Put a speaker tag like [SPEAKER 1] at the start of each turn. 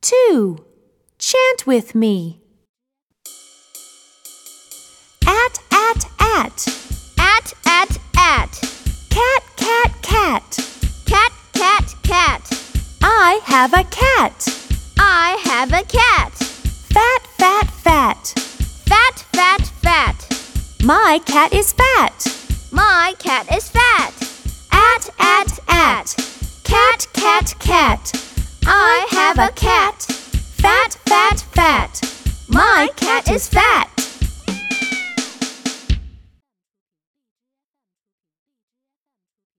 [SPEAKER 1] Two. Chant with me. At, at, at.
[SPEAKER 2] At, at, at.
[SPEAKER 1] Cat, cat, cat.
[SPEAKER 2] Cat, cat, cat.
[SPEAKER 1] I have a cat.
[SPEAKER 2] I have a cat.
[SPEAKER 1] Fat, fat, fat.
[SPEAKER 2] Fat, fat, fat.
[SPEAKER 1] My cat is fat.
[SPEAKER 2] My cat is fat.
[SPEAKER 1] At, at, at. Cat, cat, cat. I have a cat. Fat, fat, fat. My cat is fat.